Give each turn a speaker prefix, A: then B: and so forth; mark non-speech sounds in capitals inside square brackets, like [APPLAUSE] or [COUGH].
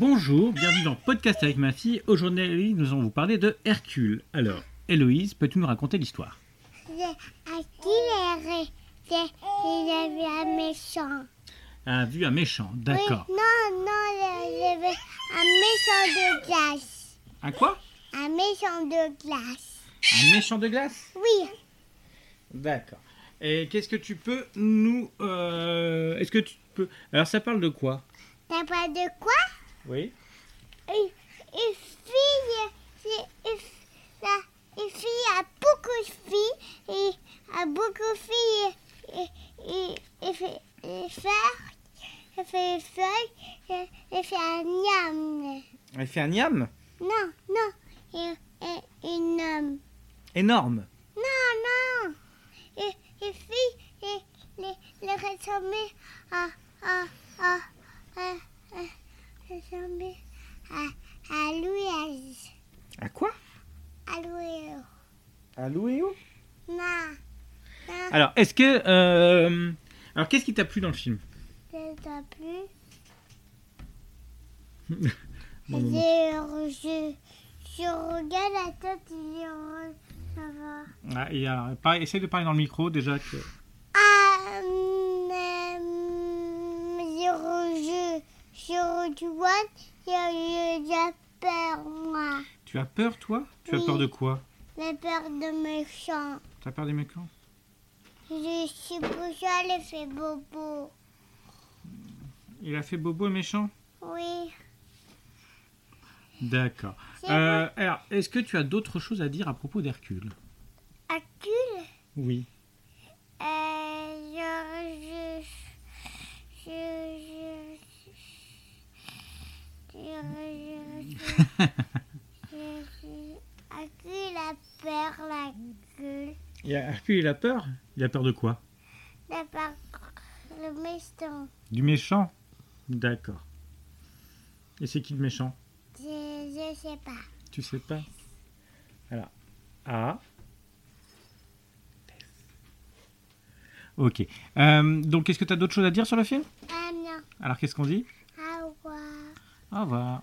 A: Bonjour, bienvenue dans Podcast avec ma fille. Aujourd'hui, nous allons vous parler de Hercule. Alors, Héloïse, peux-tu nous raconter l'histoire
B: C'est à qui les ré- c'est- il avait un méchant.
A: A vu un méchant,
B: Oui,
A: d'accord.
B: non, non, il avait un méchant de glace.
A: Un quoi
B: Un méchant de glace.
A: Un méchant de glace
B: Oui,
A: D'accord. Et qu'est-ce que tu peux nous... euh, Est-ce que tu peux... Alors, ça parle de quoi
B: t'as pas de quoi
A: Oui.
B: Une, une fille, c'est- une, f- la- une fille a beaucoup de filles, et a beaucoup de filles, et, et, et fait et faire, et fait les feuilles, et, et fait un niam.
A: Elle fait un niam
B: Non, non, et, et une homme.
A: énorme.
B: Non, non. Les, les filles, les, les, les ah, ressembler à, à, à, à, à, ressembler à, euh, ah, à Louise.
A: À quoi
B: À euh, Louise.
A: À Louéo
B: Non. Non,
A: Alors, est-ce que... euh, Alors, qu'est-ce qui t'a plu dans le film
B: je t'en plus.
A: Bon, bon, bon.
B: Je, je, je regarde la tête, il est rose. Ça va.
A: Ah, et alors, pareil, essaye de parler dans le micro, déjà que...
B: Ah, hum, hum, je, je, je regarde, je, je, j'ai peur, moi.
A: Tu as peur, toi Tu as
B: Oui.
A: peur de quoi
B: La peur de méchants.
A: Tu as peur des méchants
B: Je suis pour ça, elle fait bobo.
A: Il a fait bobo et méchant
B: Oui.
A: D'accord.
B: C'est
A: Euh, alors, est-ce que tu as d'autres choses à dire à propos d'Hercule
B: Hercule,
A: [LAUGHS] Oui.
B: euh, je, je, je, je, je, je, je, je, Hercule a peur, la gueule.
A: Hercule, il a peur Il a peur de quoi
B: La peur, le méchant.
A: Du méchant D'accord. Et c'est qui le méchant
B: Je, je sais pas.
A: Tu sais pas Alors, A. Ok. Euh, donc, est-ce que tu as d'autres choses à dire sur le film
B: Ah non,
A: Alors, qu'est-ce qu'on dit
B: au revoir.
A: Au revoir.